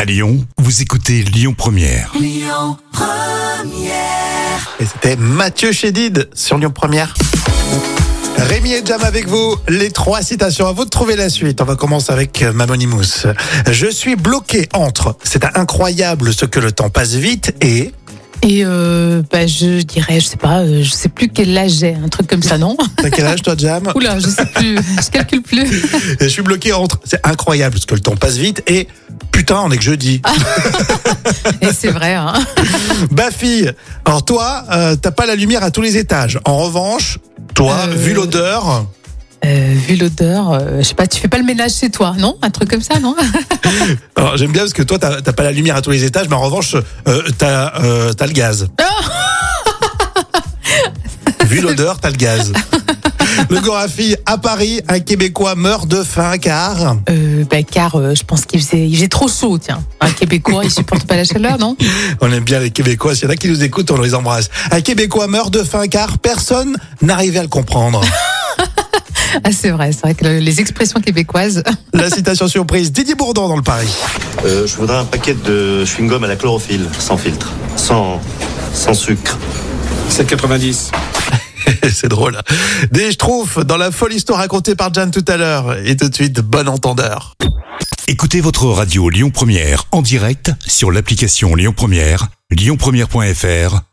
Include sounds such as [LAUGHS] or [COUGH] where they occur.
À Lyon, vous écoutez Lyon Première. Et c'était Mathieu Chédid sur Lyon Première. Rémi et Jam avec vous, les trois citations. À vous de trouver la suite. On va commencer avec euh, Mamonimous. Je suis bloqué entre c'est incroyable ce que le temps passe vite et Et euh, bah, je dirais, je sais pas, euh, je sais plus quel âge j'ai, un truc comme ça, non t'as quel âge toi Jam [LAUGHS] Oula, je sais plus, je calcule plus. Je suis bloqué entre c'est incroyable ce que le temps passe vite et putain on est que jeudi. Et c'est vrai, hein. Bah fille, alors toi euh, t'as pas la lumière à tous les étages. En revanche, toi Euh, vu l'odeur, Euh, vu l'odeur, euh, je sais pas, tu fais pas le ménage chez toi, non Un truc comme ça, [LAUGHS] non alors, j'aime bien parce que toi t'as t'as pas la lumière à tous les étages, mais en revanche euh, t'as euh, t'as le gaz. Vu l'odeur, t'as le gaz. Le Gorafi, à Paris, un Québécois meurt de faim car. euh, bah, Car euh, je pense qu'il faisait, il faisait trop chaud, tiens. Un Québécois, il supporte pas la chaleur, [LAUGHS] non On aime bien les Québécois, s'il y en a qui nous écoutent, on les embrasse. Un Québécois meurt de faim car personne n'arrivait à le comprendre. Ah, c'est vrai, c'est vrai que le- les expressions québécoises. La citation surprise, Didier Bourdon dans le Paris. [LAUGHS] Euh, je voudrais un paquet de chewing-gum à la chlorophylle, sans filtre, sans, sans sucre. 7,90. C'est drôle. hein. Des trouve dans la folle histoire racontée par Jeanne tout à l'heure. Et tout de suite, bon entendeur. Écoutez votre radio Lyon Première en direct sur l'application Lyon Première, lyonpremière.fr